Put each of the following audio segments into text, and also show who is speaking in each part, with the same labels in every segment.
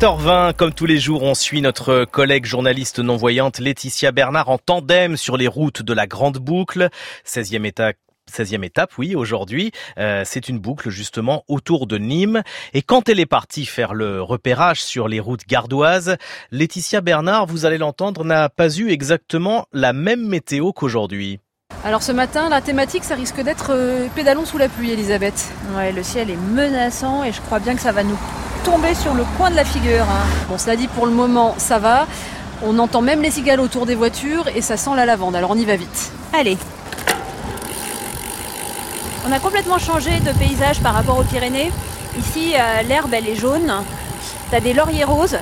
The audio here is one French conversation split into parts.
Speaker 1: 7h20, comme tous les jours, on suit notre collègue journaliste non-voyante Laetitia Bernard en tandem sur les routes de la Grande Boucle, 16e étape. 16e étape, oui, aujourd'hui, Euh, c'est une boucle justement autour de Nîmes. Et quand elle est partie faire le repérage sur les routes gardoises, Laetitia Bernard, vous allez l'entendre, n'a pas eu exactement la même météo qu'aujourd'hui.
Speaker 2: Alors ce matin, la thématique, ça risque d'être euh, pédalons sous la pluie, Elisabeth.
Speaker 3: Ouais, le ciel est menaçant et je crois bien que ça va nous tomber sur le coin de la figure. hein.
Speaker 2: Bon, cela dit, pour le moment, ça va. On entend même les cigales autour des voitures et ça sent la lavande, alors on y va vite.
Speaker 3: Allez. On a complètement changé de paysage par rapport aux Pyrénées. Ici, euh, l'herbe, elle est jaune. T'as des lauriers roses.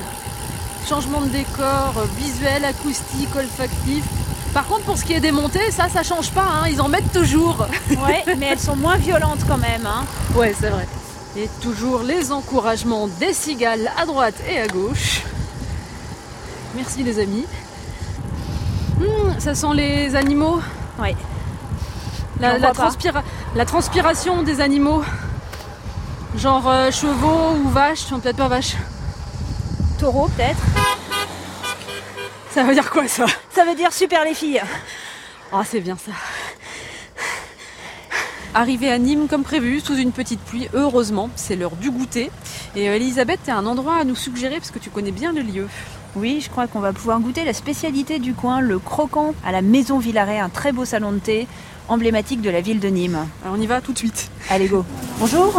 Speaker 2: Changement de décor, euh, visuel, acoustique, olfactif. Par contre, pour ce qui est des montées, ça, ça change pas, hein, ils en mettent toujours.
Speaker 3: Ouais, mais elles sont moins violentes quand même. hein.
Speaker 2: Ouais, c'est vrai. Et toujours les encouragements des cigales à droite et à gauche. Merci les amis. Hmm, ça sent les animaux.
Speaker 3: Ouais.
Speaker 2: La,
Speaker 3: J'en
Speaker 2: la
Speaker 3: crois pas.
Speaker 2: transpira- la transpiration des animaux. Genre euh, chevaux ou vaches, non peut-être pas vaches.
Speaker 3: Taureau, peut-être.
Speaker 2: Ça veut dire quoi ça
Speaker 3: Ça veut dire super les filles.
Speaker 2: Ah c'est bien ça. Arrivé à Nîmes comme prévu, sous une petite pluie, heureusement, c'est l'heure du goûter. Et euh, Elisabeth, t'as un endroit à nous suggérer parce que tu connais bien le lieu.
Speaker 3: Oui, je crois qu'on va pouvoir goûter la spécialité du coin, le croquant, à la Maison Villaret, un très beau salon de thé emblématique de la ville de Nîmes.
Speaker 2: Alors on y va tout de suite.
Speaker 3: Allez, go. Bonjour.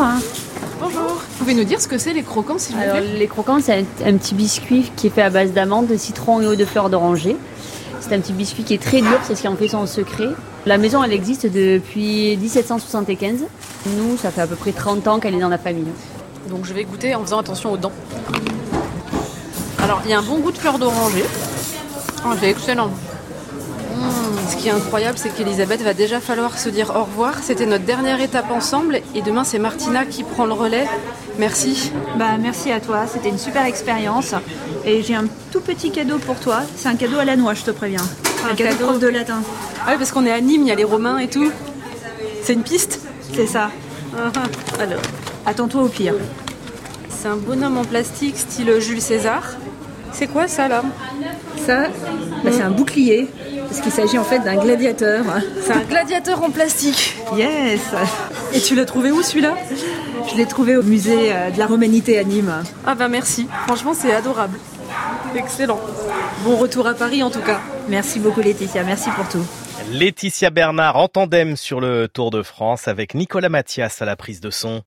Speaker 2: Bonjour. Vous pouvez nous dire ce que c'est les croquants s'il vous
Speaker 4: Alors,
Speaker 2: plaît
Speaker 4: les croquants, c'est un, un petit biscuit qui est fait à base d'amandes, de citron et eau de fleur d'oranger. C'est un petit biscuit qui est très dur, c'est ce qui en fait son secret. La maison, elle existe depuis 1775. Nous, ça fait à peu près 30 ans qu'elle est dans la famille.
Speaker 2: Donc je vais goûter en faisant attention aux dents. Alors il y a un bon goût de fleur d'oranger. Oh, c'est excellent. Mmh, Ce qui est incroyable, c'est qu'Elisabeth va déjà falloir se dire au revoir. C'était notre dernière étape ensemble et demain c'est Martina qui prend le relais. Merci.
Speaker 3: Bah, merci à toi, c'était une super expérience. Et j'ai un tout petit cadeau pour toi. C'est un cadeau à la noix, je te préviens. Un,
Speaker 2: Un
Speaker 3: cadeau,
Speaker 2: cadeau.
Speaker 3: prof de latin.
Speaker 2: Ah oui, parce qu'on est à Nîmes, il y a les Romains et tout. C'est une piste
Speaker 3: C'est ça.
Speaker 2: Alors,
Speaker 3: Attends-toi au pire.
Speaker 2: c'est un bonhomme en plastique style Jules César. C'est quoi ça là
Speaker 3: Ça, bah, c'est un bouclier. Parce qu'il s'agit en fait d'un gladiateur.
Speaker 2: C'est un gladiateur en plastique.
Speaker 3: Yes Et tu l'as trouvé où celui-là Je l'ai trouvé au musée euh, de la Romanité à Nîmes.
Speaker 2: Ah bah merci, franchement c'est adorable. Excellent. Bon retour à Paris en tout cas.
Speaker 3: Merci beaucoup Laetitia, merci pour tout.
Speaker 1: Laetitia Bernard en tandem sur le Tour de France avec Nicolas Mathias à la prise de son.